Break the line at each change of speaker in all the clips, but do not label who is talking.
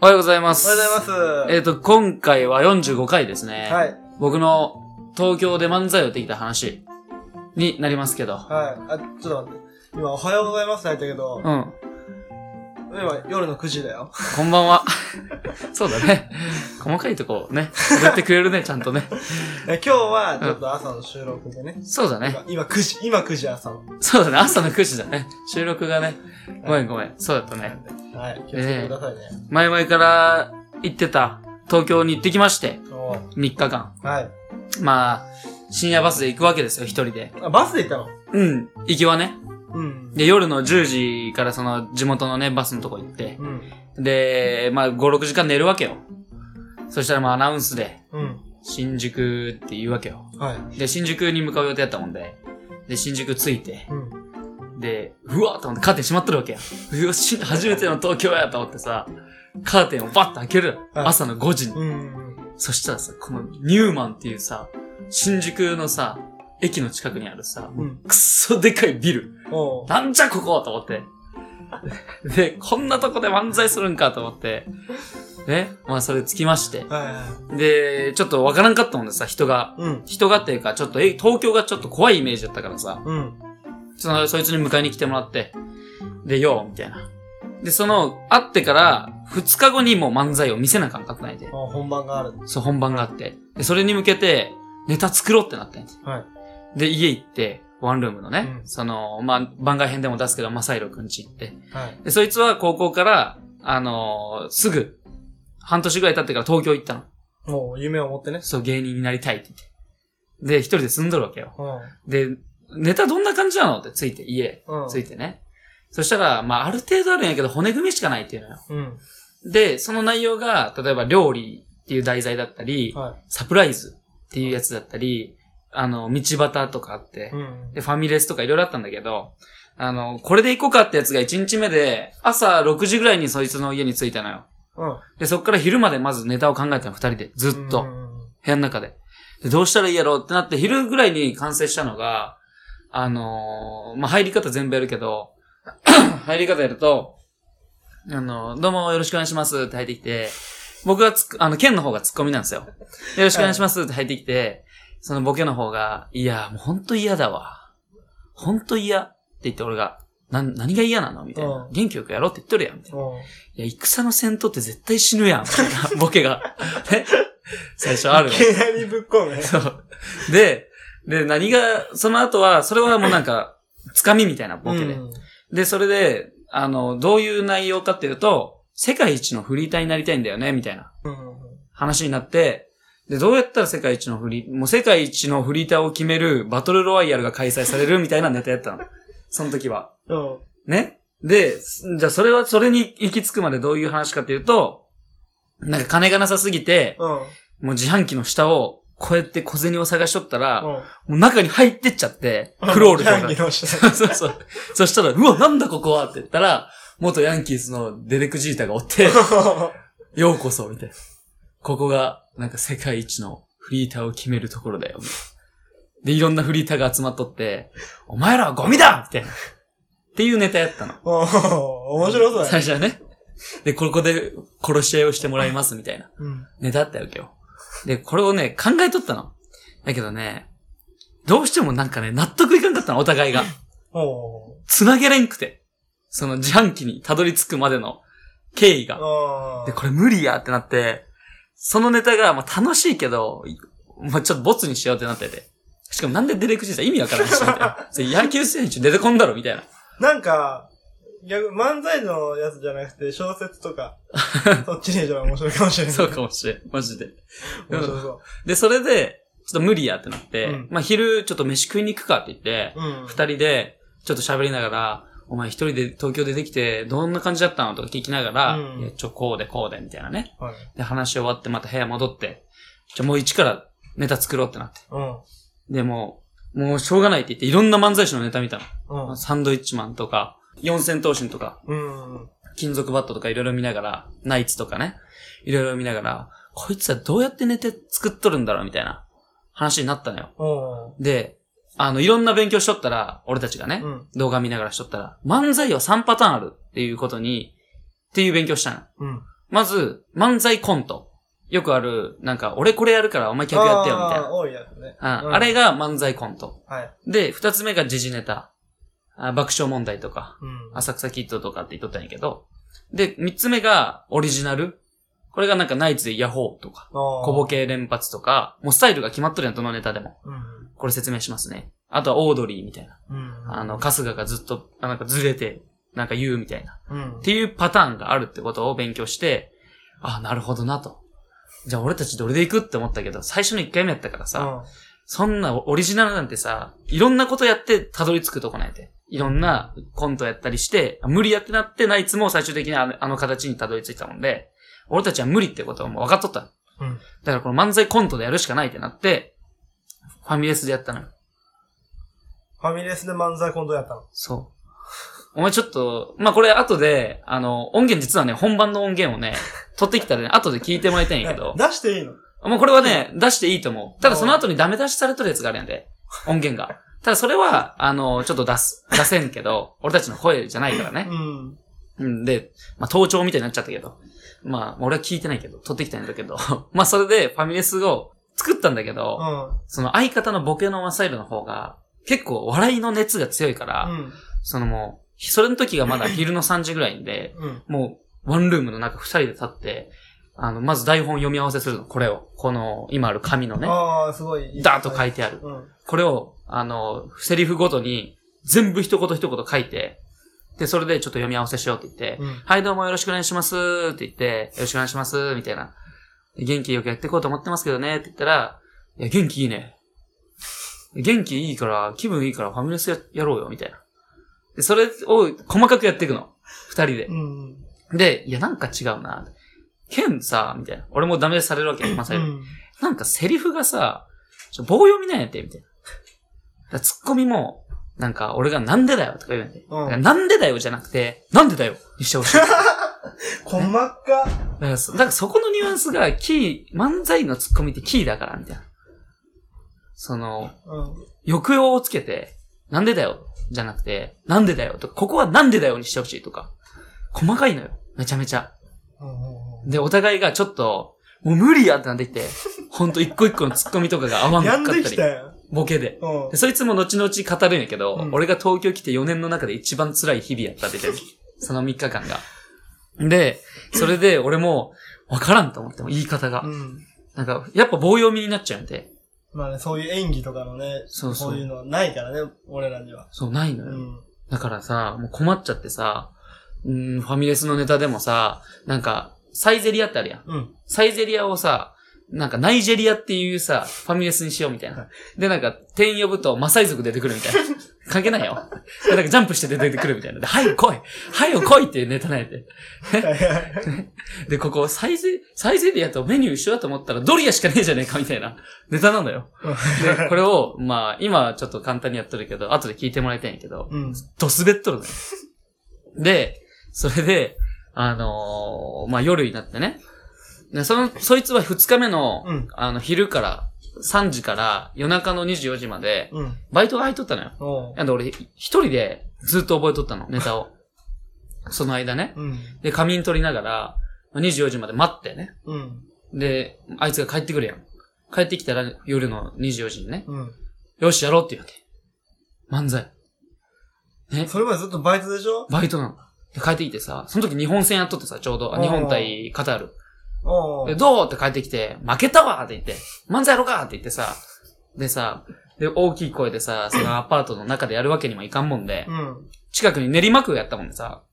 はようございます。
おはようございます。
えっ、と、今回は45回ですね。
はい。
僕の東京で漫才をできた話になりますけど。
はい。あ、ちょっと待って。今、おはようございますって言ったけど、
うん。
今、夜の9時だよ。
こんばんは。 そうだね。細かいとこね、やってくれる ね、ちゃんとね。
え今日は、ちょっと朝の収録でね。
そうだね。
今今9時、今9時朝の。
そうだね。朝の9時だね。収録がね。ごめんごめん。そうだったね。
はい。気をつけてくださいね。
前々から行ってた東京に行ってきまして、
おう
3日間。
はい。
まあ、深夜バスで行くわけですよ、一人で。
あ、バスで行ったの
うん。行きはね。
うん。
で、夜の10時からその地元のね、バスのとこ行って。
うん。
で、まあ、5、6時間寝るわけよ。そしたらまあ、アナウンスで、
うん。
新宿って言うわけよ。
はい。
で、新宿に向かう予定やったもんで。で、新宿着いて。
うん。
で、うわーと思ってカーテン閉まっとるわけや。うわ、し初めての東京やと思ってさ、カーテンをバッと開ける。
はい
朝の5時に。
うん。
そしたらさ、このニューマンっていうさ、新宿のさ、駅の近くにあるさ、
うん。
くっそでかいビル。
おう
なんじゃここと思って。 で、こんなとこで漫才するんかと思って。ね。まあそれつきまして。
はいは
で、ちょっとわからんかったもんでさ、人が。
い。うん。
人がっていうか、ちょっと、え、東京がちょっと怖いイメージだったからさ。
うん。
その、そいつに迎えに来てもらって。で、よう、みたいな。で、その、会ってから、二日後にもう漫才を見せなあかんかったんやで。
あ本番がある。
そう、本番があって。で、それに向けて、ネタ作ろうってなったんやで。
はい。
で、家行って、ワンルームのね、
うん
その、まあ、番外編でも出すけど、マサイロくんち行って。
はい。
で、そいつは高校から、あのーすぐ、半年ぐらい経ってから東京行ったの。
もう、夢を持ってね。
そう、芸人になりたいって言って。で、一人で住んどるわけよ。
うん。
で、ネタどんな感じなのってついて、家、
うん。
ついてね。そしたら、まあ、ある程度あるんやけど、骨組みしかないっていうのよ。
うん。
で、その内容が、例えば料理っていう題材だったり、
は
サプライズっていうやつだったり、あの、道端とかあって
い。う、ん。
で、ファミレスとかいろいろあったんだけど、あの、これで行こうかってやつが1日目で、朝6時ぐらいにそいつの家に着いたのよ。
うん。
で、そっから昼までまずネタを考えたの、二人で。ずっと
う。ん
部屋の中で。で、どうしたらいいやろうってなって、昼ぐらいに完成したのが、あのーまあ、入り方全部やるけど、 入り方やると、あのーどうもよろしくお願いしますって入ってきて、僕がつく、あの、剣の方がツッコミなんですよ。よろしくお願いしますって入ってきて、そのボケの方が、いや、もうほんと嫌だわ。ほんと嫌って言って俺が、な、何が嫌なのみたいな
う。ん
元気よくやろうって言っとるやん。みたいな
うん。
いや、戦の戦闘って絶対死ぬやん、 みたいなボケが。ね最初ある
い
の。
きなりぶっこむね。
そう。で、で、何が、その後は、それはもうなんか、つかみみたいなボケで。
うん
で、それで、あの、どういう内容かっていうと、世界一のフリーターになりたいんだよね、みたいな
うん。
話になって、で、どうやったら世界一のフリー、もう世界一のフリーターを決めるバトルロワイヤルが開催されるみたいなネタやったの。その時は。
うん。
ね。で、すじゃあそれは、それに行き着くまでどういう話かというと、なんか金がなさすぎて、
うん。
もう自販機の下を、こうやって小銭を探しとったら、も
うん
う中に入ってっちゃって、クロールと
ジャンギ
か。
の下
そうそうそう。そしたら、うわ、なんだここはって言ったら、元ヤンキースのデレク・ジータがお って、ようこそ、みたいな。ここが、なんか世界一のフリーターを決めるところだよ、みたいなで、いろんなフリーターが集まっとって、お前らはゴミだみたいな。っていうネタやったの。
おー面白そうだね。
最初はね。で、ここで殺し合いをしてもらいますみたいな。
うん。
ネタあったわけよ。で、これをね、考えとったの。だけどね、どうしてもなんかね、納得いかんかったの、お互いが。
おー
つなげれんくて。その自販機にたどり着くまでの経緯が。
あー
で、これ無理やってなって、そのネタが、まあ楽しいけど、まあちょっとボツにしようってなってて。しかもなんでデレクジーさん意味わからんし、みたいな。それ野球選手出てこんだろ、みたいな。
なんか、逆、漫才のやつじゃなくて、小説 とか、そっちにじゃ面白いかもしれない。
そうかもしれん。マジで。
面白そう。
で、それで、ちょっと無理やってなって、
うん
まあ昼ちょっと飯食いに行くかって言って、
うん。
二、人でちょっと喋りながら、お前一人で東京出てきてどんな感じだったのとか聞きながら、
うん
いやちょ、こうでこうでみたいなね。
はい。
で、話終わってまた部屋戻って、じゃあもう一からネタ作ろうってなって。
う
で、もう、もうしょうがないって言っていろんな漫才師のネタ見た
ん。
の。サンドイッチマンとか、四千頭身とか、
うん。うん。
金属バットとかいろいろ見ながら、ナイツとかね、いろいろ見ながら、こいつはどうやってネタ作っとるんだろうみたいな話になったのよ。
おー
で、あの、いろんな勉強しとったら、俺たちがね、
うん。
動画見ながらしとったら、漫才は3パターンあるっていうことに、っていう勉強したの。
うん。
まず、漫才コント。よくある、なんか、俺これやるからお前客やってよ、みたい
あ
な
ー。多いやつね。
あ,、
うん
あれが漫才コント。
はい。
で、二つ目が時事ネタ。あ爆笑問題とか、
うん。
浅草キッドとかって言っとったんやけど。で、三つ目がオリジナル。これがなんかナイツでヤホーとか、小
小
ボ。ケ連発とか、もうスタイルが決まっとるやん、どのネタでも。
うん。
これ説明しますね。あとはオードリーみたいな。
うん。
あの、春日がずっと、あなんかずれて、なんか言うみたいな。
うん
っ。ていうパターンがあるってことを勉強して、あ、なるほどなと。じゃあ俺たちどれで行くって思ったけど、最初の1回目やったからさ、そんなオリジナルなんてさ、いろんなことやってたどり着くとこなんやて。いろんなコントやったりして、無理やってなってナイツも最終的にあのあの形にたどり着いたもんで、俺たちは無理ってことをもう分かっとった。
うん
だからこの漫才コントでやるしかないってなって、ファミレスでやったのよ。
ファミレスで漫才コントやったの。
そう。お前ちょっと、まあ、これ後で、あの、音源実はね、本番の音源を ね、取ってきたらね、後で聞いてもらいたいんやけど、
出していいの
もうこれはね、出していいと思う。ただその後にダメ出しされとるやつがあるやんで、音源が。ただそれは、あの、ちょっと出す、出せんけど、俺たちの声じゃないからね。
うん。
うんで、まあ、盗聴みたいになっちゃったけど。まあ、俺は聞いてないけど、取ってきたんだけど。 まあ、それでファミレスを作ったんだけど、
うん。
その相方のボケのマサイルの方が、結構笑いの熱が強いから、
うん。
そのもう、それの時がまだ昼の3時ぐらいで、
うん。
もう、ワンルームの中二人で立って、あの、まず台本読み合わせするの、これを。この、今ある紙のね、
ああ、すごい。
ダーッと書
い
いてある。
て。うん。
これを、あの、セリフごとに、全部一言一言書いて、で、それでちょっと読み合わせしようって言って、
うん
はい、どうもよろしくお願いしますって言って、よろしくお願いしますみたいな。元気よくやっていこうと思ってますけどねって言ったら、いや、元気いいね。元気いいから、気分いいからファミレスややろうよ、みたいな。で、それを細かくやっていくの。二人で。
うん。
で、いや、なんか違うな。ケンさ、みたいな。俺もダメ出しされるわけよ、まさ
う
に。
ん。
なんかセリフがさ、ちょ棒読みなんやって、みたいな。だからツッコミも、なんか俺がなんでだよとか言うんやて。
うん
だからなんでだよじゃなくて、なんでだよにしてほしい。だか
細か。
らそだからそこのニュアンスがキー、漫才のツッコミってキーだから、みたいな。その、
うん。
抑揚をつけて、なんでだよじゃなくて、なんでだよとか、ここはなんでだよにしてほしいとか。細かいのよ。めちゃめちゃ。
うん
で、お互いがちょっと、もう無理やってなってきて、ほんと一個一個のツッコミとかが合わん
や
かっ
ん
た
で
り。
きたやん。
ボケで。
うん
で。そいつも後々語るんやけど、
うん
俺が東京来て4年の中で一番辛い日々やったって言って るその3日間が。で、それで俺も、わからんと思っても言い方が。
うん。
なんか、やっぱ棒読みになっちゃうんで。
まあね、そういう演技とかのね、
そうそう
いうのはないからね、俺らには。
そう、ないの
う
よ。
ん。
だからさ、もう困っちゃってさ、うん、ファミレスのネタでもさ、なんか、サイゼリアってあるやん。
うん。
サイゼリアをさ、なんかナイジェリアっていうさ、ファミレスにしようみたいな。で、なんか、店員呼ぶとマサイ族出てくるみたいな。関係ないよ。でなんかジャンプして出てくるみたいな。で、はい、来いはいよ、来いっていうネタなんやて。で、ここ、サイゼ、サイゼリアとメニュー一緒だと思ったらドリアしかねえじゃねえかみたいなネタなんだよ。で、これを、まあ、今はちょっと簡単にやっとるけど、後で聞いてもらいたいんやけど、
うん。
ドスベっとるのよ。で、それで、あのーまあ、夜になってね。でその、そいつは二日目の、
うん
あの、昼から、3時から夜中の24時まで、
うん。
バイトが入っとったのよ。
おう。
なんで俺、一人でずっと覚えとったの、ネタを。 その間ね。
うん。
で、仮眠取りながら、24時まで待ってね。
うん。
で、あいつが帰ってくるやん。帰ってきたら夜の24時にね、
うん。
よし、やろうって言うわけ。漫才。
それまでずっとバイトでしょ
バイトなの。で、帰ってきてさ、その時日本戦やっとってさ、ちょうど、あ
おー
日本対カタール。
おう
で、。どうって帰ってきて、負けたわって言って、漫才やろうかって言ってさ、でさ、で、大きい声でさ、そのアパートの中でやるわけにもいかんもんで
う、ん。
近くに練馬区やったもんでさ、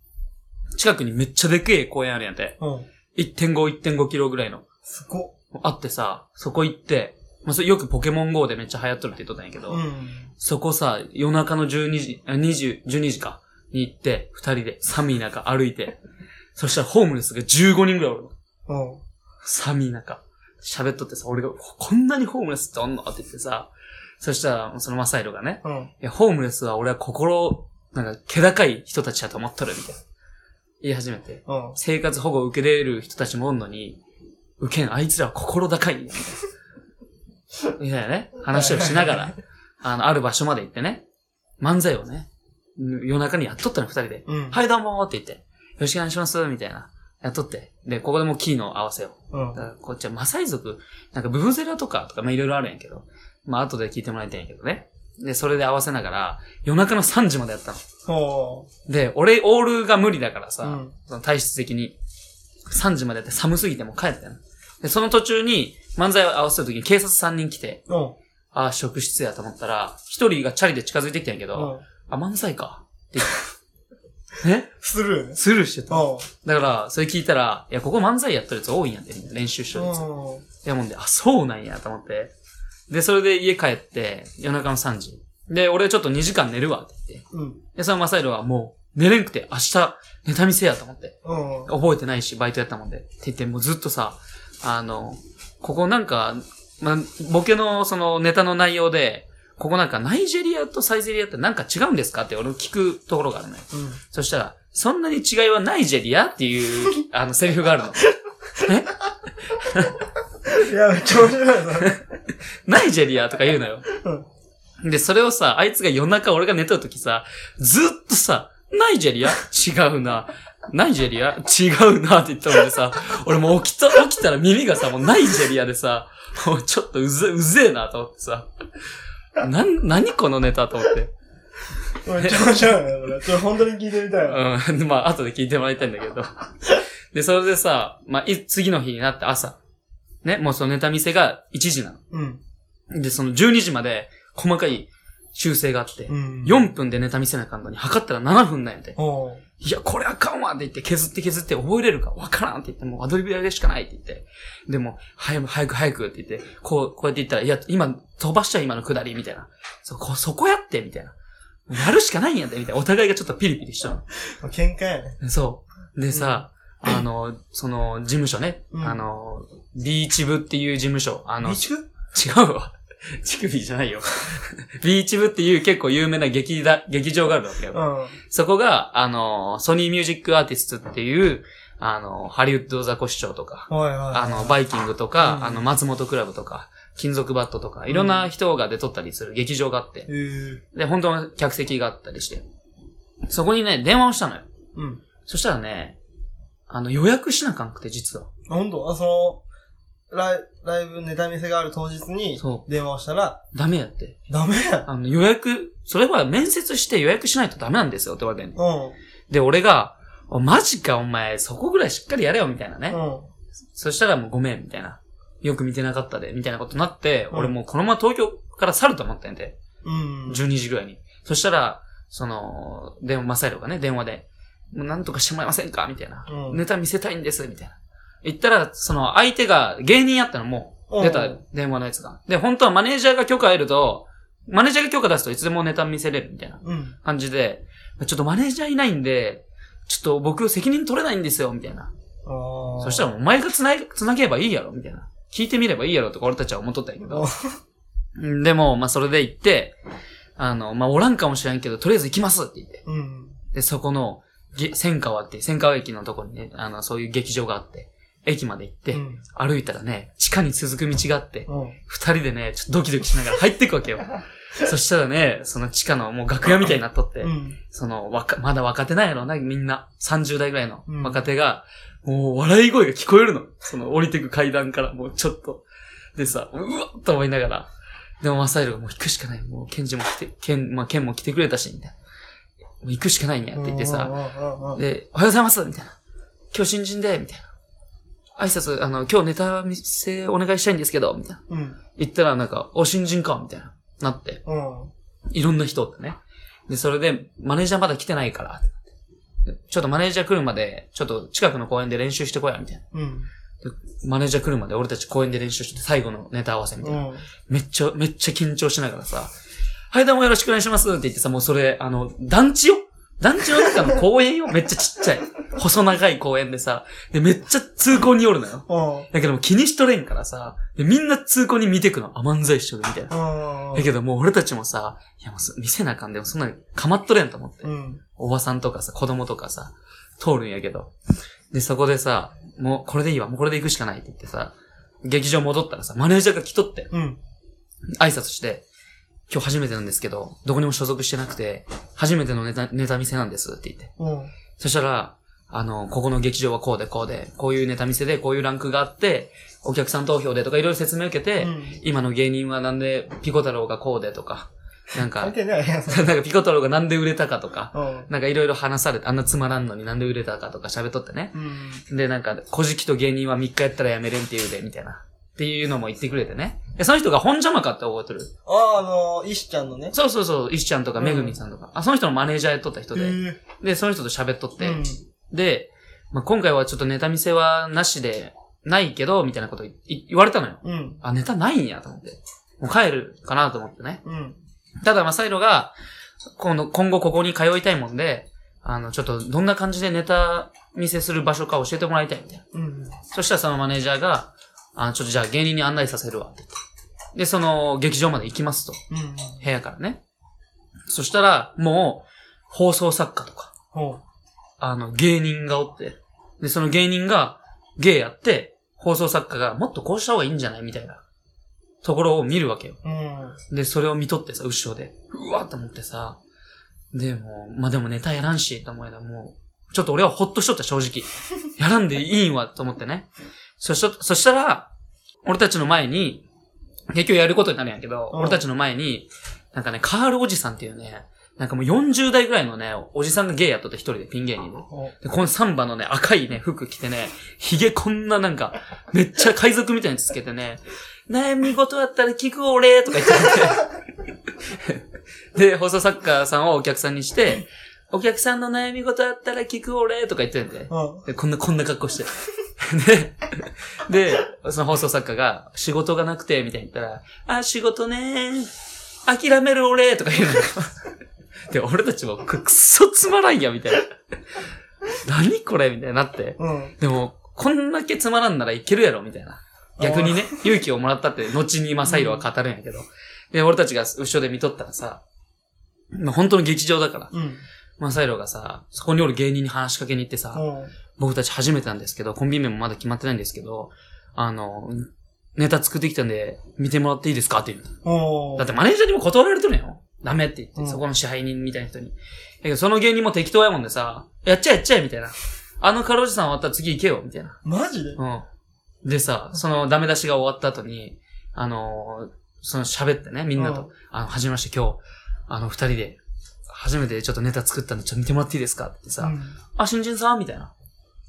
近くにめっちゃでけえ公園あるやんて。
うん。
1.5、1.5キロぐらいの。
すごっ。
あってさ、そこ行って、まあ、それよくポケモン GO でめっちゃ流行っとるって言っとったんやけど、
うん。
そこさ、夜中の12時、あ20、12時か、に行って、二人で寒い中歩いて、そしたらホームレスが15人ぐらいおるの。
おう。
寒い中。喋っとってさ、俺が、こんなにホームレスっておんのって言ってさ、そしたら、そのマサイロがね、
うん。
いや、ホームレスは俺は心、なんか、気高い人たちだと思っとる、みたいな。言い始めて。
うん。
生活保護を受けれる人たちもおんのに、受けん、あいつらは心高いんや、みたいな。みたいなね、話をしながら、あの、ある場所まで行ってね、漫才をね、夜中にやっとったの、二人で。
うん。
はい、どうもーって言って、よろしくお願いします、みたいな。雇って。で、ここでもうキーの合わせを。
う
だ。
ん
からこっちはマサイ族、なんかブブゼラとかとか、まあいろいろあるんやけど。まあ後で聞いてもらいたいんやけどね。で、それで合わせながら、夜中の3時までやったの。
ほ
で、俺、オールが無理だからさ、
うん
その体質的に、3時までやって寒すぎてもう帰ったの。で、その途中に、漫才を合わせた時に警察3人来て、
う。うん。
ああ、職質やと思ったら、1人がチャリで近づいてきたんやけど、
うん。
あ、漫才か。って言って。え
するよね。
スルーしてた。
うん。
だから、それ聞いたら、いや、ここ漫才やってるやつ多いんやで、みたいな練習しとるやつ。い
うん。
や、もんで、あ、そうなんや、と思って。で、それで家帰って、夜中の3時。で、俺ちょっと2時間寝るわ、って言って。
うん。
で、そのマサイルはもう、寝れんくて、明日、ネタ見せや、と思って。
うん。
覚えてないし、バイトやったもんで。って言って、もうずっとさ、あの、ここなんか、まあ、ボケのそのネタの内容で、ここなんかナイジェリアとサイゼリアってなんか違うんですかって俺聞くところがあるのよ。そしたら、そんなに違いはないジェリアっていう、あの、セリフがあるの。
いや、めっちゃ面白いな。
ないジェリアとか言うのよ。
うん
で、それをさ、あいつが夜中俺が寝てるときさ、ずっとさ、ナイジェリア違うな。ナイジェリア違うなって言ったのでさ、俺もう起きた、起きたら耳がさ、もうナイジェリアでさ、もうちょっとうぜ、うぜえなと思ってさ、なん、何このネタと思って。
めっちゃ面白いな、それ。ちょ、本当に聞いてみたいわ。
うん。まあ、後で聞いてもらいたいんだけど。で、それでさ、まあ、い次の日になって朝。ね、もうそのネタ見せが1時な
うん。
の。で、その12時まで細かい修正があって、
うん。
4分でネタ見せなあかんのに、測ったら7分なんやて。
おう
いや、これあかんわって言って、削って削って覚えれるかわからんって言って、もうアドリブやるしかないって言って。でも、早く早く早くって言って、こう、こうやって言ったら、いや、今、飛ばしちゃう今のくだり、みたいな。そこ、そこやって、みたいな。やるしかないんやで、みたいな。お互いがちょっとピリピリしちゃうの。
まあ喧嘩やね。
そう。でさ、あの、その、事務所ね、
うん
あの、ビーチ部っていう事務所、あ
ビ
の、
ー
違
チク
うわ。 乳首じゃないよ。ビーチ部っていう結構有名な劇だ、劇場があるわけ
う
よ。
ん。
そこが、あの、ソニーミュージックアーティストっていう、あの、ハリウッドザコシショウとか、
おいおい。
あの、バイキングとか、
うん
あの、松本クラブとか、金属バットとか、いろんな人が出とったりする劇場があって
え、ー。
で、本当の客席があったりして、そこにね、電話をしたのよ。
うん。
そしたらね、あの、予約しなあかんくて、実は。
あ、ほんとあ、その、ライライブネタ見せがある当日に
そ、
電話をしたら、
ダメやって。
ダメや。
あの、予約、それは面接して予約しないとダメなんですよって言われてんの
うん。
で、俺が、お、マジか、お前、そこぐらいしっかりやれよ、みたいなね。
うん。
そしたらもうごめん、みたいな。よく見てなかったで、みたいなことになって、
うん
俺もうこのまま東京から去ると思ったんやで、
うん。
12時ぐらいに。そしたら、その、電話、マサイロがね、電話で、もうなんとかしてもらえませんかみたいな。
うん
ネタ見せたいんです、みたいな。言ったら、その、相手が芸人やったのもう、出
う
た
ん
電話のやつが。で、本当はマネージャーが許可得ると、マネージャーが許可出すといつでもネタ見せれるみたいな
うん。
感じで、ちょっとマネージャーいないんで、ちょっと僕責任取れないんですよ、みたいな。
あ
そした
ら、
らお前が繋い、繋げばいいやろ、みたいな。聞いてみればいいやろとか俺たちは思っとったんやけど。うんでも、まあ、それで行って、あの、まあ、おらんかもしれんけど、とりあえず行きますって言って。
うん。
で、そこの、げ千川って、千川駅のとこにね、あの、そういう劇場があって、駅まで行っ
う
て、
ん。
歩いたらね、地下に続く道があって、
うん。
二人でね、ちょっとドキドキしながら入っていくわ けよ。そしたらね、その地下のもう楽屋みたいになっとって、
うん。
その若、まだ若手なんやろな、みんな。30代ぐらいの
うん
若手が、もう笑い声が聞こえるの。その降りてく階段から、もうちょっと。でさ、うわっと思いながら。でもマサイルがもう行くしかない。もうケンジも来て、ケン、まあケンも来てくれたし、みたいな。もう行くしかないんやって言ってさ、
うん、
で、おはようございますみたいな。今日新人で、みたいな。挨拶、あの、今日ネタ見せお願いしたいんですけど、みたいな。
うん。うん。
行ったらなんか、お、新人か、みたいな、なって、
うん。
いろんな人ってね。で、それで、マネージャーまだ来てないから、ってなってちょっとマネージャー来るまで、ちょっと近くの公園で練習してこいや、みたいな。
うん。
マネージャー来るまで俺たち公園で練習して最後のネタ合わせみたいな。
うん。
めっちゃ、めっちゃ緊張しながらさ、はい、どうもよろしくお願いしますって言ってさ、もうそれ、あの、団地よ団地の中の公園よ めっちゃちっちゃい。細長い公園でさ、で、めっちゃ通行におるのよ。
うん。
だけども気にしとれんからさ、で、みんな通行に見てくの。あ、漫才しとるみたいな。
うん。
だけどもう俺たちもさ、いやもうそ見せなあかんでもそんなにかまっとれんと思って。
うん。
おばさんとかさ、子供とかさ、通るんやけど。で、そこでさ、もうこれでいいわ、もうこれで行くしかないって言ってさ、劇場戻ったらさ、マネージャーが来とって、
うん。
挨拶して、今日初めてなんですけど、どこにも所属してなくて、初めてのネタ、ネタ見せなんですって言って。
うん。
そしたら、あの、ここの劇場はこうでこうで、こういうネタ見せでこういうランクがあって、お客さん投票でとかいろいろ説明受けて、
うん
今の芸人はなんでピコ太郎がこうでとか、なんか
関、係ないやん、それ
なんかピコ太郎がなんで売れたかとか、
うん。
なんかいろいろ話されて、あんなつまらんのになんで売れたかとか喋っとってね。
うん。
で、なんか、小じきと芸人は3日やったらやめれんって言うで、みたいな。っていうのも言ってくれてね。で、その人が本邪魔かって覚えてる。
ああ、あの、石ちゃんのね。
そうそうそう、石ちゃんとかめぐみさんとか、あ、その人のマネージャーやっとった人
へ
で、
ー
で、その人と喋っとって、
うん。
で、まあ、今回はちょっとネタ見せはなしで、ないけど、みたいなこといい言われたのよ。
うん。
あ、ネタないんや、と思って。もう帰るかなと思ってね。
うん。
ただ、まさいろが、今度、今後ここに通いたいもんで、あの、ちょっと、どんな感じでネタ見せする場所か教えてもらいたい、みたいな。
うん。
そしたらそのマネージャーが、あの、ちょっとじゃあ芸人に案内させるわ、って言って。で、その、劇場まで行きますと。
うん。
部屋からね。そしたら、もう、放送作家とか、
ほ
あの、芸人がおって、で、その芸人が、芸やって、放送作家が、もっとこうした方がいいんじゃないみたいな、ところを見るわけよ。
う。うん。
で、それを見とってさ、後ろで、うわーと思ってさ、でもう、まあ、でもネタやらんし、と思えばもう、ちょっと俺はほっとしとった、正直。やらんでいいんわ、と思ってね。そしと、そしたら、俺たちの前に、結局やることになるんやけど、
うん
俺たちの前に、なんかね、カールおじさんっていうね、なんかもう40代ぐらいのね、おじさんがゲイやっとって一人でピン芸人で。
ほ
で、このサンバのね、赤いね、服着てね、髭こんななんか、めっちゃ海賊みたいにつけてね、悩み事あったら聞く俺とか言ってて。で、放送作家さんをお客さんにして、お客さんの悩み事あったら聞く俺とか言ってんで。
う。
で、こんな、こ んな格好して。で、で、その放送作家が、仕事がなくて、みたいに言ったら、あ、仕事ね諦める俺とか言うのよ。で、俺たちも、く、くっそつまらんや、みたいな。何これみたいになって。
うん。うん。
でも、こんだけつまらんならいけるやろ、みたいな。逆にね、勇気をもらったって、後にマサイロは語るんやけど。で、俺たちが後ろで見とったらさ、まあ本当の劇場だから、
うん。
マサイロがさ、そこにおる芸人に話しかけに行ってさ、
うん。
僕たち初めてなんですけど、コンビ名もまだ決まってないんですけど、あの、ネタ作ってきたんで、見てもらっていいですかって言うの。
お
だってマネージャーにも断られてるのよ。ダメって言って、
うん
そこの支配人みたいな人に。だけど、その芸人も適当やもんでさ、やっちゃえやっちゃえみたいな。あのカロジさん終わったら次行けよみたいな。
マジで
うん。でさ、そのダメ出しが終わった後に、あのその喋ってね、みんなと。
うん
あの、はじめまして今日、あの、二人で、初めてちょっとネタ作ったんで、ちょっと見てもらっていいですかって言ってさ、あ、新人さんみたいな。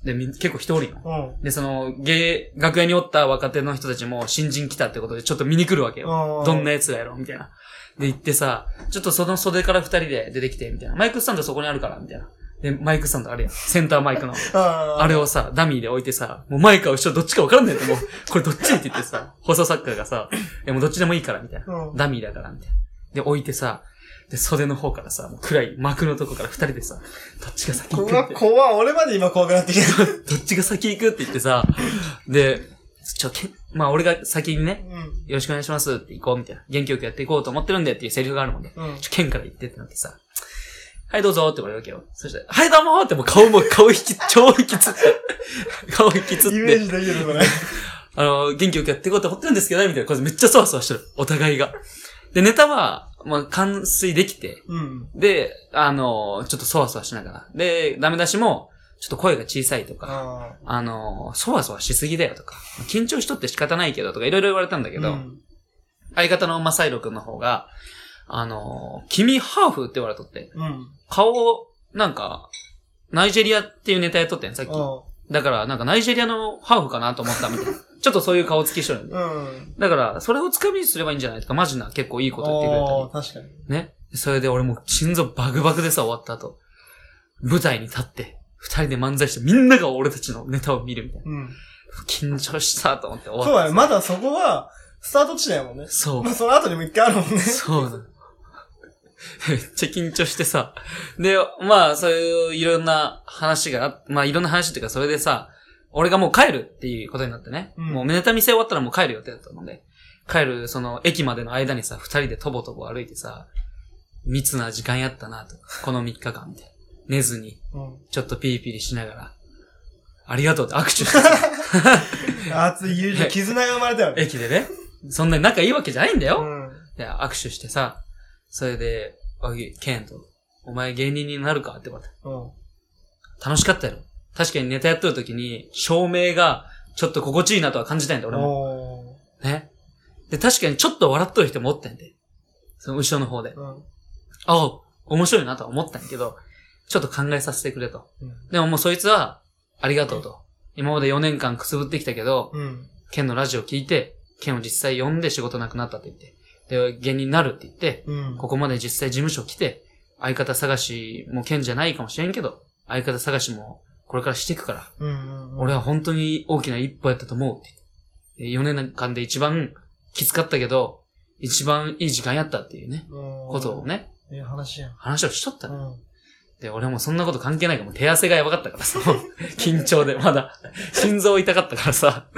で、みん結構人おるよ。
うん。うん。
で、その、芸、楽屋におった若手の人たちも新人来たってことでちょっと見に来るわけよ。
ど
どんなやつがやろうみたいな。で、行ってさ、ちょっとその袖から二人で出てきて、みたいな。マイクスタンドそこにあるから、みたいな。で、マイクスタンドあるやん。センターマイクの。
あ
あれ
を。
をさ、ダミーで置いてさ、もう前か後ろどっちか分からんねんって、もう、これどっちって言ってさ、放送作家がさ、いやもうどっちでもいいから、みたいな。
うん
ダミーだから、みたいな。で、置いてさ、で、袖の方からさ、もう暗い幕のとこから二人でさ、どっちが先行く
う
って
わ、。怖っ俺まで今怖くなってき
ど
た。
っちが先行くって言ってさ、で、ちょ、け、まあ俺が先にね、
うん。
よろしくお願いしますって行こうみたいな。元気よくやっていこうと思ってるんでっていうセリフがあるもんね。
うん
ちょ、剣から行ってってなってさ、はいどうぞって言われるわけよ。そして、はいどうもってもう顔も、顔引き、超引きつって、顔引きつっ
イメー
て、
ジできるこれ。
あの、元気よくやっていこうと思ってるんですけどね、みたいな。これめっちゃそわそわしてる。お互いが。で、ネタは、まあ、完遂できて、
うん。
で、あの、ちょっとそわそわしながら。で、ダメ出しも、ちょっと声が小さいとか、
あ
あの、そわそわしすぎだよとか、緊張しとって仕方ないけどとかいろいろ言われたんだ
け
けど、相方のマサイロ君の方が、あの、君ハーフって言われとって、
うん。
顔を、なんか、ナイジェリアっていうネタやっとってん、さっき。
う
だから、なんかナイジェリアのハーフかなと思ったみた いな。ちょっとそういう顔つきしとるんで。
ん。うん。
だから、それをつかみにすればいいんじゃないとか、マジな結構いいこと言ってくれたり
おー。確かに。
ね。それで俺もう心臓バクバクでさ、終わった後。舞台に立って、二人で漫才して、みんなが俺たちのネタを見るみたいな。
うん。
緊張したと思って終
そう
わっ
だね。まだそこは、スタート地点やもんね
た。。そ
まあ、その後にも一回あるもんね。
う。そうなの。めっちゃ緊張してさ。で、まあ、そういういろんな話があ、まあいろんな話っていうか、それでさ、俺がもう帰るっていうことになってね。
うん
もうネタ見せ終わったらもう帰る予定だったので、帰る、その駅までの間にさ、二人でとぼとぼ歩いてさ、密な時間やったなと。この3日間みたいな。寝ずに、
うん。
ちょっとピリピリしながら、ありがとうって握手してさ
熱い友情、絆が生まれたよね。
駅でね。そんなに仲いいわけじゃないんだよ。
うん。
で、握手してさ、それで、あ、ケンと、お前芸人になるかって言われて、
うん。
楽しかったやろ。確かにネタやってる時に、照明がちょっと心地いいなとは感じたいんだ、俺も。
お
ね。で、確かにちょっと笑っとる人もおったんで。その後ろの方で
ー。。うん。
ああ、面白いなとは思ったんやけど、ちょっと考えさせてくれと。
うん
でももうそいつは、ありがとうと。今まで4年間くすぶってきたけど、
うん。
ケンのラジオ聞いて、ケンを実際呼んで仕事なくなったって言って。で、芸人になるって言って、
うん。
ここまで実際事務所来て、相方探しも剣じゃないかもしれんけど、相方探しもこれからしていくから、
うんうんうん。
俺は本当に大きな一歩やったと思うって。4年間で一番きつかったけど、一番いい時間やったっていうね、
うん、
ことをね、
ええ話やん。
話をしとった
う
の。
ん。
で、俺はもうそんなこと関係ないから、もう手汗がやばかったからさ、 緊張でまだ、心臓痛かったからさ、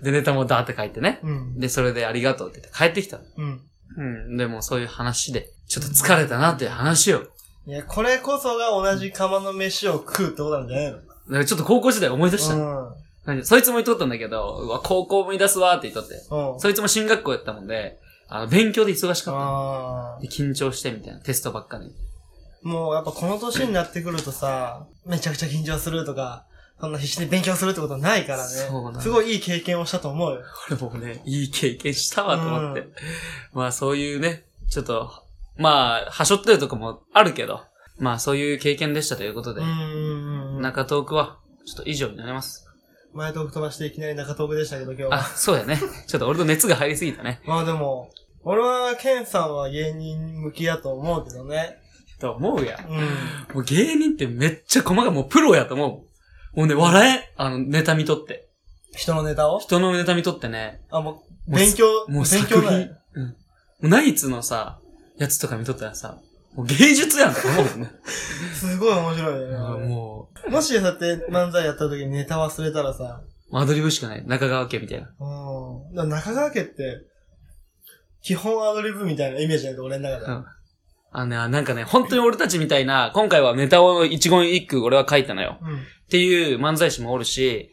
で、ネタもダーって書いてね。
うん。
で、それでありがとうって言って帰ってきたの。
うん。
うん、でもそういう話で、ちょっと疲れたなっていう話を
いや、これこそが同じ釜の飯を食うってことなんじゃないの
だからちょっと高校時代思い出した。
うん。
何そいつも言っとったんだけど、うわ、高校思い出すわって言っとって。
うん。
そいつも進学校やったもんで、あの、勉強で忙しかった
あー
の。で緊張してみたいな、テストばっかり。
もうやっぱこの年になってくるとさ、めちゃくちゃ緊張するとか、そんな必死に勉強するってことないからね。
そうなんだ
すごいいい経験をしたと思うよ。
これもうね、いい経験したわと思って。
うん
まあそういうね、ちょっと、まあ、はしょってるとこもあるけど、まあそういう経験でしたということで
う、んうんうん。
中トークは、ちょっと以上になります。
前トーク飛ばしていきなり中トークでしたけど今日
あ
は。、
そうだね。ちょっと俺の熱が入りすぎたね。
まあでも、俺はケンさんは芸人向きだと思うけどね。
と思うや。
うん。
もう芸人ってめっちゃ細かい、もうプロやと思う。もうね、笑え、あの、ネタ見とって。
人のネタを
人のネタ見とってね、
あ、もう、
もう
勉強、
もう
勉
作
強
品、
な
うん
い。。
もうナイツのさ、やつとか見とったらさ、もう芸術やんと思うよね。
すごい面白いよねあ
あ
れ。
も
もしだって漫才やった時にネタ忘れたらさ、
う、アドリブしかない。中川家みたいな。
うん。だから中川家って、基本アドリブみたいなイメージだけど、俺の中で
う。ん。あのね、あなんかね、本当に俺たちみたいな、今回はネタを一言一句俺は書いたのよ。
うん。
っていう漫才師もおるし、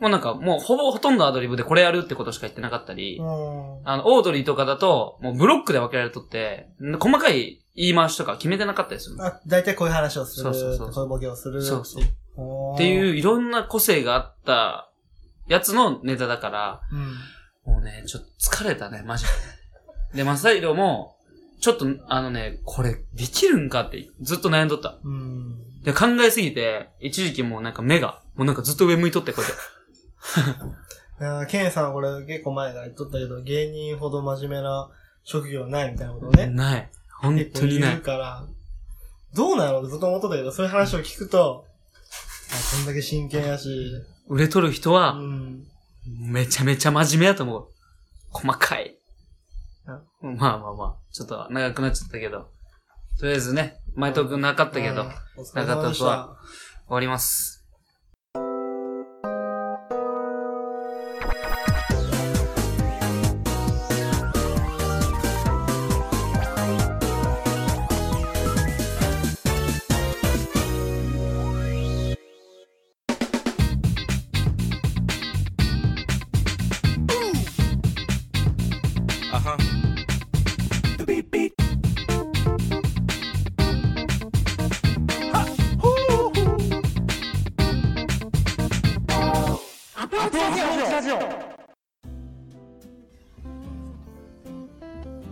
もうなんかもうほぼほとんどアドリブでこれやるってことしか言ってなかったり、
うん。
あの、オードリーとかだと、もうブロックで分けられとって、細かい言い回しとか決めてなかったりするの。
あ、だいたいこういう話をする。
そうそうそう
こういうボケをする。
そうそう。
うん。
って
う。
いういろんな個性があったやつのネタだから、
うん。
もうね、ちょっと疲れたね、マジで。 で、マサイロも、ちょっと、あのね、これ、できるんかって、ずっと悩んどった。
うん。
で、考えすぎて、一時期もうなんか目が、もうなんかずっと上向いとって、こうやって。
あーケンさんはこれ結構前から言っとったけど、芸人ほど真面目な職業ないみたいなことをね。
ない。本
結
当
構
にな
言う
い。
から、どうなのってずっと思っとったけど、そういう話を聞くと、あ、こんだけ真剣やし、
売れとる人
う
は、
ん。
めちゃめちゃ真面目やと思う。細かい。あまあまあまあ、ちょっと長くなっちゃったけど。とりあえずね、前トークなかったけど、
うん
終、
お疲れ様でし
中田
た。
わります。
Uh-huh. Beep, beep. Ha!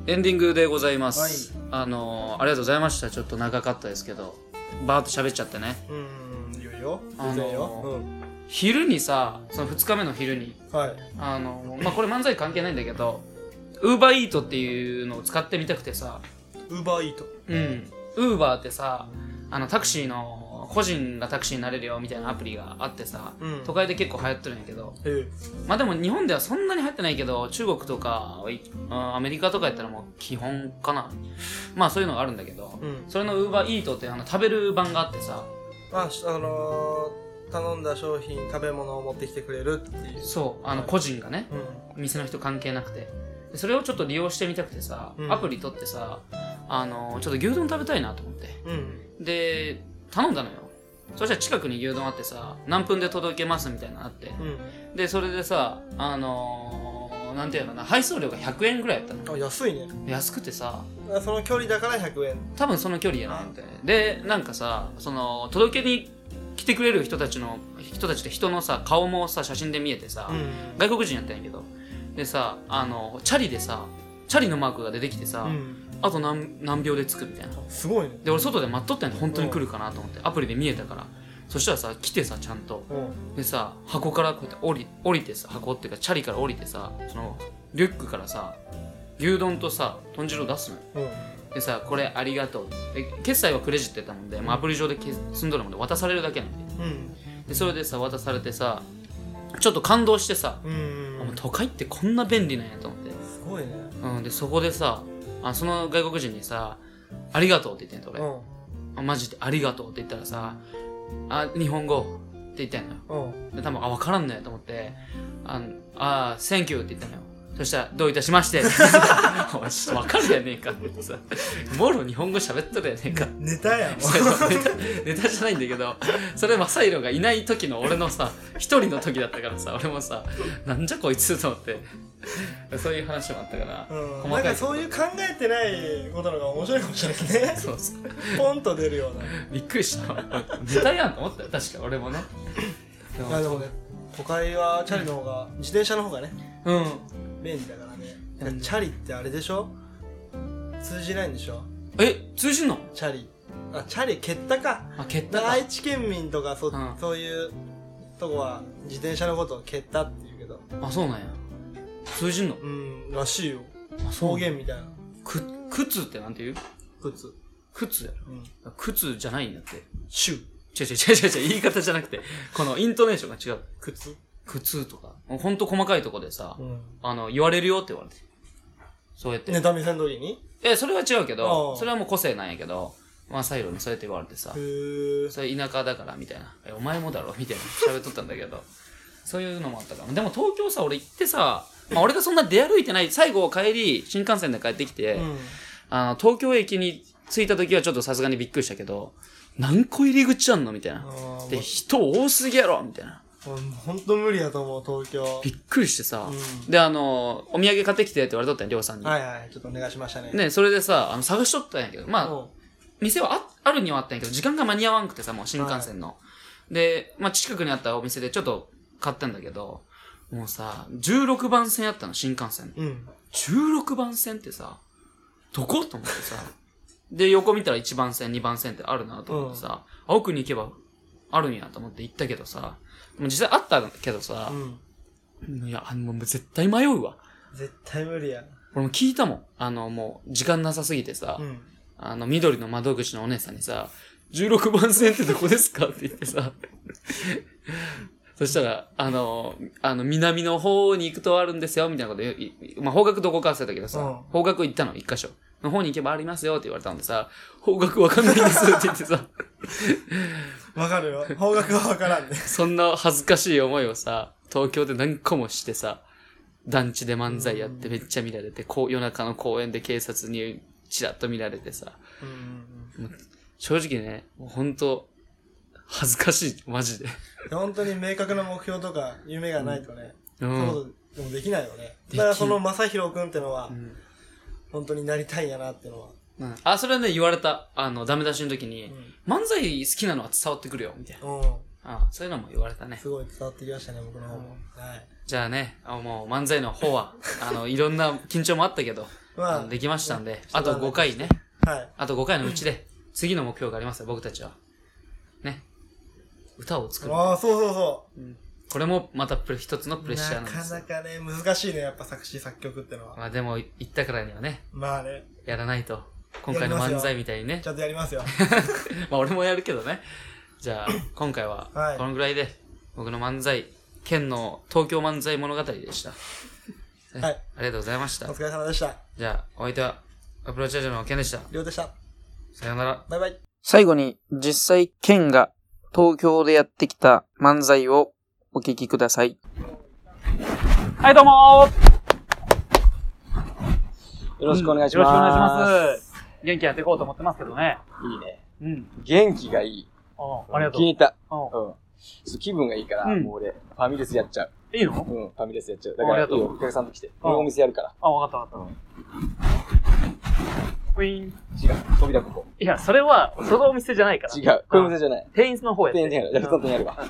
エンディングでございます。あのー、ありがとうございました。ちょっと長かったですけど、バーっと喋っちゃってね。
うん、いいよいいよ。
あのー
全然よ。
昼にさ、その2日目の昼に、
うん。はい。
あのー、まあ、これ漫才関係ないんだけど、ウーバーイートっていうのを使ってみたくてさ、
ウーバーイート。
うん。ウーバーってさ、あの、タクシーの、個人がタクシーになれるよみたいなアプリがあってさ、
うん
都会で結構流行ってるんやけど、
え
まあでも日本ではそんなに流行ってないけど、中国とかはい、うんアメリカとかやったらもう基本かな。まあそういうのがあるんだけど、
うん
それのウーバーイートってあの食べる版があってさ、
あ、しあのー、頼んだ商品、食べ物を持ってきてくれるっていう。
そう、あの個人がね、
うん。
店の人関係なくて。でそれをちょっと利用してみたくてさ、
うん
アプリ取ってさ、あの、ちょっと牛丼食べたいなと思って。
うん。
で、頼んだのよ。そしたら近くに牛丼あってさ、何分で届けますみたいなのあって。
うん。
で、それでさ、あのー、なんていうのかな、配送料が100円ぐらいやったの。
あ、安いね。
安くてさ、
あその距離だから100円。
多分その距離やなみたいなでなんかさその届けに来来てくれる人たちの、人たちって人のさ、顔もさ、写真で見えてさ、
うん。
外国人やったんやけど。でさ、あの、チャリでさ、チャリのマークが出てきてさ、
うん。
あと何何秒で着くみたいな。
すごいね。
で、俺外で待っとったんや本当に来るかなと思って、アプリで見えたから。そしたらさ、来てさ、ちゃんと。
うん。
でさ、箱からこうやって降り、降りてさ、箱っていうか、チャリから降りてさ、その、リュックからさ、牛丼とさ、豚汁を出すのよ。
うん。
でさ、これありがとう。で、決済はクレジットやったもんで、まあ、アプリ上でけ済んどるもんで、渡されるだけなんで。
うん。
で、それでさ、渡されてさ、ちょっと感動してさ、
うん。
あもう都会ってこんな便利なんやと思って。
すごいね。
うん、で、そこでさ、あその外国人にさ、ありがとうって言ってんと
う
俺。
ん。
あマジでありがとうって言ったらさ、あ、日本語って言ったんのよ。
うん。
で、多分、あ、わからんのやと思って、あの、あ、センキューって言ったのよ。そしたら、どういたしまして。 おいちょっとわかるやねんかってさ、もろ日本語喋っとるやねんか。
ネタや ん。
そうネタ ネタじゃないんだけどそれマサイロがいない時の俺のさ一人の時だったからさ俺もさなんじゃこいつと思ってそういう話もあったから、
うん、
細
な
か
んか
いとこ
そういう考えてないことの方が面白いかもしれないね
そうそう
ポンと出るような
びっくりしたネタやんと思ったよ確か俺もねでも
あでもね都会はチャリの方が、自転車の方がね
うん
便利だからね
うん
だからチャリってあれでしょ通じないんでしょ
え通じんの
チャリあチャリ蹴ったか
あ蹴った
だか
から
愛知県民とかそ,、
うん
そういうとこは自転車のことを蹴ったって言うけど
あそうなんや通じんの
うんらしいよ
あ
方言みたいな
く靴ってなんて言う
靴
靴やろ
うん
靴じゃないんだって
シュー
違う違う違う違う言い方じゃなくてこのイントネーションが違う
靴
靴とかほんと細かいとこでさ、
うん
あの、言われるよって言われて。そうやって。
ネタ見せん時に
え、それは違うけ
あ
ど、
あ
それはもう個性なんやけど、まあ、最後にそうやって言われてさ
へ、ー
それ田舎だから、みたいな。え、お前もだろみたいな。喋っとったんだけど。そういうのもあったから。でも東京さ、俺行ってさ、まあ、俺がそんな出歩いてない、最後帰り、新幹線で帰ってきて、
うん
あの、東京駅に着いた時はちょっとさすがにびっくりしたけど、何個入り口あんのみたい
あ
な。
ー
で、人多すぎやろみたいな。
もうほんと無理やと思う、東京。
びっくりしてさ、
うん
で、あの、お土産買ってきてって言われとったんよ、りょうさんに。
はいはい、ちょっとお願いしましたね。
ね、それでさ、あの、探しとったんやけど、まあ、
うん。
店はああるにはあったんやけど、時間が間に合わんくてさ、もう新幹線の。で、まあ、近くにあったお店でちょっと買ったんだけど、もうさ、16番線やったの、新幹線の。
うん。
16番線ってさ、どこと思って さ、で、横見たら1番線、2番線ってあるなと思ってさ、あ奥に行けばあるんやと思って行ったけどさ、もう実際あったけどさ
う、ん。
いや、あの、もう絶対迷うわ。
絶対無理や。
俺も聞いたもん。あの、もう、時間なさすぎてさ、
うん。
あの、緑の窓口のお姉さんにさ、16番線ってどこですかって言ってさ、そしたら、あの、あの、南の方に行くとあるんですよ、みたいなこと言うい、いまあ、方角どこか忘れたけどさ、
うん
方角行ったの、一箇所。の方に行けばありますよって言われたんでさ、方角わかんないんですって言ってさ、
わかるよ。方角はわからんね。
そんな恥ずかしい思いをさ、東京で何個もしてさ、団地で漫才やってめっちゃ見られて、こう夜中の公園で警察にちらっと見られてさ、
うんうん
正直ね、もうほんと、恥ずかしい、マジで。
うん。本当に明確な目標とか夢がないとね、
う。
そうんいうことでもできないよね。だからその正宏くんってのは
う、ん
本当になりたいんやなってのは。
うんあ、それはね、言われた。あの、ダメ出しの時に、漫才好きなのは伝わってくるよ、みたいな。
うん。うん。
あそういうのも言われたね
す。ごい伝わってきましたね、僕の方も。はい。
じゃあね、あもう漫才の方 は、あの、いろんな緊張もあったけど、あ
ま
のできましたんで、
うん
あと5回ね、
あ、はい。
あと5回のうちで、次の目標がありますよ、僕たちは。ね。歌を作る。
ああ、そうそうそ
これもまたプレ一つの
う。
プレッシャーなん
な
で
か
す。
なかね、難しいね、やっぱ作詞作曲ってのは。
まあでも、言ったからにはね、
まあね、
やらないと。今回の漫才みたいにね
ち、ゃんとやりま すよ。
まあ俺もやるけどね。じゃあ、今回は
はい
このぐらいで、僕の漫才、県の東京漫才物語でした。
は
はいい。ありがとうございまし
お
た。
疲れ様でした。
じゃあ、お相手は、アプローチラジオの県でした。
りょうでした。
さようなら。
バイバイ。
最後に、実際県が東京でやってきた漫才をお聞きください。はい、どうも
よろしくお願いし
よろしくお願いし
ます。
ます。元気やっていこうと思ってますけどね。
いいね。
うん。
元気がいい。
あありがと
気に入った。うん。
う。
ちょっと気分がいいから、
うん
もう俺、ファミレスやっちゃう。
うん。いいの
うん、ファミレスやっちゃう。だ
あ
か
あり
ら、
がとう
いいよお客さんと来て。このお店やるから。
あ、わかったわかった。
ウィーン。
違う。扉ここ。
いや、それは、そのお店じゃないから。
違う。こういう店じゃない。
店員の方やって。
店員じゃない。じゃあ、
う
二
ん
つにあるわ。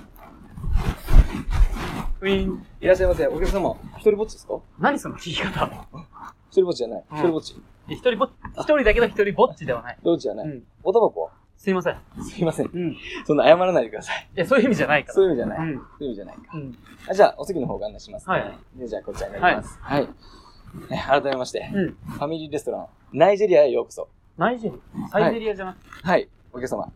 ウィーン。
いらっしゃいませ。お客様、一人ぼっちですか
何その聞き方。
一人ぼっちじゃない。
うん
一人ぼっち。
一人ぼっ、一人だけど一人ぼっちではない。
どっちじゃな
う
い。
ん。
おたばこは
すいません。
すいません。
うん。い
そんな謝らないでください。
や、そういう意味じゃないから。
そういう意味じゃない。
う。
そうんいう意味じゃないか。
うん。
あじゃあ、お席の方ご案内しますね。
はい
でじゃあ、こちらになります。はい。え改めまして、
うん。
ファミリーレストラン、ナイジェリアへようこそ。
ナイジェリア。サイゼリアじゃなくて。
はい、お客様。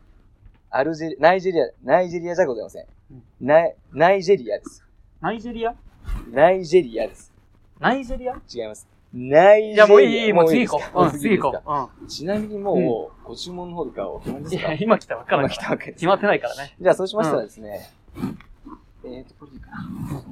アルジェリ、ナイジェリア、ナイジェリアじゃございません
うん。
ナイ、ナイジェリアです。
ナイジェリア
ナイジェリアです。
ナイジェリアい
違います。ナイジェリア。
や、もういい、もう次行
です
こう。
か
うん、次行
ですか
こう。
ちなみにもう、ご注文の方とかお決まり
う
で
ん。い
すか
や、今来たばっかだ
今
か
来
ら。
たわけです。
決まってないからね。
じゃあ、そうしましたらですね、えーと、これでいいかな。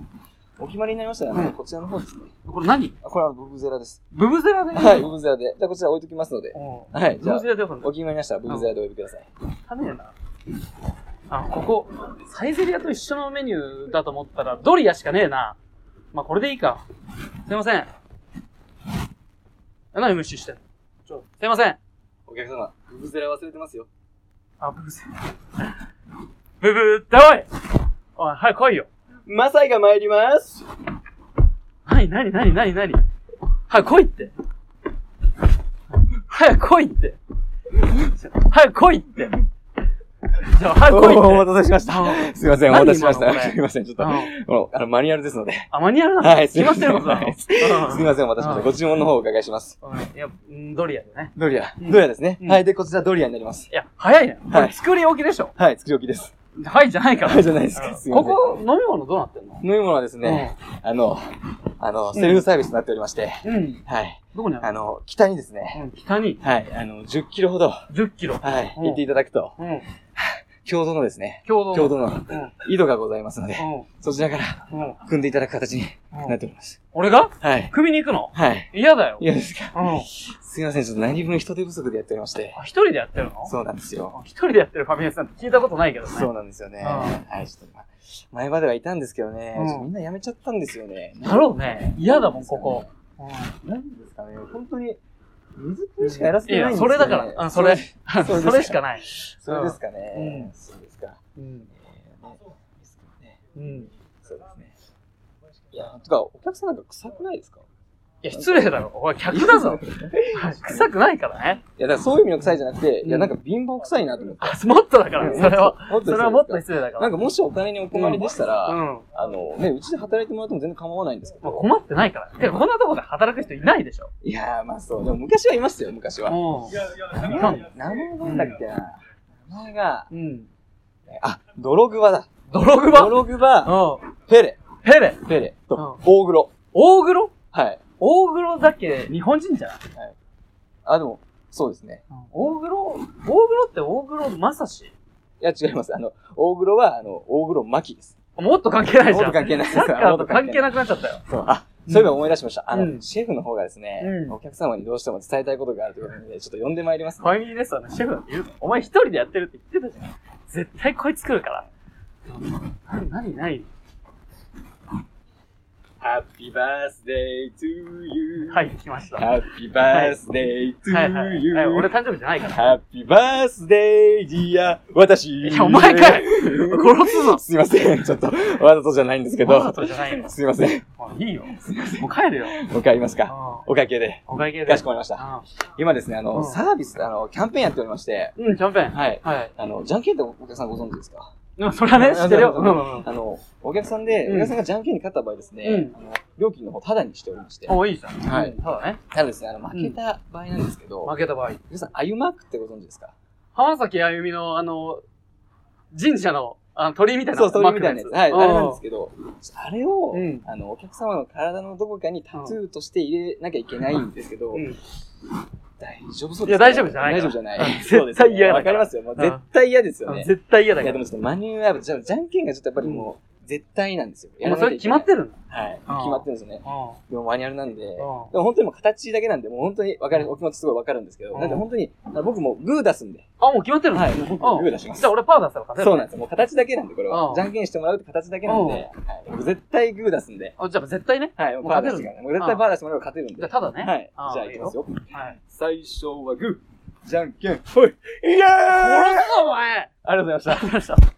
お決まりになりましたら、
うん
こちらの方ですね。
これ何
あこれはブブゼラです。
ブブゼラで
はい、ブブゼラで。じゃあ、こちら置いときますので。
おう
はい、
ブ
じゃ
ブ
あ
ゼ、ラでよかった
お決まりになりましたら、ブブゼラでお呼びください。
食べねえな。あ、ここ、サイゼリアと一緒のメニューだと思ったら、ドリアしかねえな。まあ、これでいいか。すいません。あ何無視してんのちょ、すいません。
お客様、ブブゼラ忘れてますよ。
あ、ブブゼブブっておいおい、はい、来いよ。
マサイが参ります。
はい、なになになになにはい、来いって。早く来いって。早く来いって。じゃあ、早く来いって。
おお待たせしました。すいません、お待たせしまし
何
た。
今のこれ
すいません、ちょっと、
うん
もうあの、マニュアルですので。
あ、マニュアルなの
はい、す
決
い
ま
ま
って
せ
る
ん。
ことだ
は
ろ
いすいません、お待たせしまし
う
た。
ん
ご注文の方をお伺いします。
うんいや、うんドリアでね。
ドリア。
うん
ドリアですね。
うん
はい、で、こちらドリアになります。
いや、早いね。こ
は
れ
い
作り置きでしょ。
はい、作り置きです。
はい、じゃないか
はい、
ら。
じゃないです。すいま
こ
せん。
こ、飲み物どうなってんの
飲み物はですね、あの、あの、セルフサービスになっておりまして、
うん。
はい、
どこにあ
あ
る
の、北にですね、
うん、北に
はい、あの、10キロほど、は
10キロ。
い、
うん
行っていただくと、
うん。
共同のですね、
共同。
共同の
うん。
井戸がございますので、
う
そちらから
ん。うん。
組んでいただく形になっております。
俺が
はい、
組みに行くの
はい。
嫌だよ
い。やですか。
うん。あ
すいません、ちょっと何分人手不足でやっておりまして。
一人でやってるの
そうなんですよ。
一人でやってるファミレスなんて聞いたことないけどね。
そうなんですよね。
うん
はい、ちょっと、ま前まではいたんですけどね、
うん
ちょっとみんな辞めちゃったんですよね。
だろうね。嫌だもん、ここ。
なんですかね、本当に、水くんしかやらせ
い
てないん
や、
です
そ
よ、ね。
れだから。うん、それ。。
そうです
それしかない。
それですかね。
うん
そうですか。
うん。
うん。そうですね。いや、とか、お客さんなんか臭くないですか
いや、失礼だろ。おい、客だぞ。臭くないからね。
いや、だからそういう意味の臭いじゃなくて、
うん
いや、なんか貧乏臭いなと思って。
あ、もっとだから、それは。
もっと、
それはもっと
です
失礼だか。
からなんかもしお金にお困りでしたら、
うん。
あの、ね、うちで働いてもらっても全然構わないんですけ
まあ、
ど。
困ってないから。てか、こんなとこで働く人いないでしょ。
いやー、まあそう。でも昔はいましたよ、昔は。
う
やいや、だ
名前
から
なんだっけな。名前が、
ん。うん。
あ、ドログバだ。
泥グ
ド
バ
ログバ、
うん。
ペレ、
ヘレ。
ペレ
うん
と、大黒。
大黒
はい。
大黒だけ日本人じゃない
あ、でも、そうですね。
大黒大黒って大黒正史
いや、違います。あの、大黒は、あの、大黒巻です。
もっと関係ないじ
も
ゃん。
っと関係ないです。
サッカーと関係
い。
なくなっちゃったよ。
そう。あ、そういえば思い出しました。あ
うん
の、シェフの方がですね
う、ん
お客様にどうしても伝えたいことがあるということで、ちょっと呼んでまいります
フ。ァミリーレストランのシェフだって言うのお前一人でやってるって言ってたじゃん。絶対こいつ来るから。なになに
ハッピーバースデートゥーユー。
はい、来ました。はい
ハッピーバースデート
は
ゥ
い
ー
はい。
ユ
はい俺
ー。
誕生日じゃないから。
ハッピーバースデーディア、私。
いや、お前かい殺すぞ
すいません。ちょっと、わざとじゃないんですけ
わざ
ど。
とじゃないよ。
すいません。
もういいよ。もう帰るよ。
もう一回言います
うん
か。お会計で。
お会計で。
かしこまりました。
う
今ですね、あの、
うん
サービス、あの、キャンペーンやっておりまして。
んうん、キャンペーン。
はい。
はい。
あの、じゃんけんってお客さんご存知ですか
でもそれはね、知ってるよ。
あ
う
なる
ん
ほ
うんうん。
あの、お客さんで、
うん
お客さんがじゃんけんに勝った場合ですね、
う
あの料金の方タダにしておりまして。
お、いいじゃん。
はい
うんただね、
ただですね、あの、負けた場合なんですけど、
負けた場合。
皆さん、アユマークってご存知ですか
浜崎あゆみの、あの、神社の、あの鳥居みたいな。
そう、それみたいなやつ。はい、
マ
あ
ーク
れ
の
なん
や
ですけど、あれを、
うん
あの、お客様の体のどこかにタトゥーとして入れなきゃいけないんですけど、
うんうん
大丈夫そうですか
いや大丈夫じゃないから
大丈夫じゃな
うん
い。
絶対嫌だ
わ
か
からりますよ。もう
うん
絶対嫌ですよ
うん
ね。
絶対嫌だ
い
から
や、でもちょっとマニュアル、じゃじゃんけんがちょっとやっぱりもう、絶対なんですよ。
もうそれ決まってるんだ。
はい。決
あー
まってるんですよね。
う
でもマニュアルなんで。で
ん。
も
うん。
本当にもう形だけなんで、もう本当にわかる、お気持ちすごいわかるんですけど、
うん
なんで本当に、あの僕もグー出すんで。
あ、もう決まってるんだ。
はい。
うん。
僕もグー出します
じゃ。あ俺パー出したら勝てる。
そうなんですよ。もう形だけなんで、これ
う
は
ん。
じゃんけんしてもらうって形だけなんで、
うん
はい、僕絶対グー出すんで。
あじゃあ絶対ね。
はい。もう
もう
パー
勝
出
てる
してからね。もう絶対パー出してもらえば勝てるん
じゃあ
で。
ただね。
はい。
あー
じゃあいきますよ。
はい。
最初はグー。じゃんけん、ほい。イエーイ
殺すぞ、お前
ありがとうございました。
わかりました。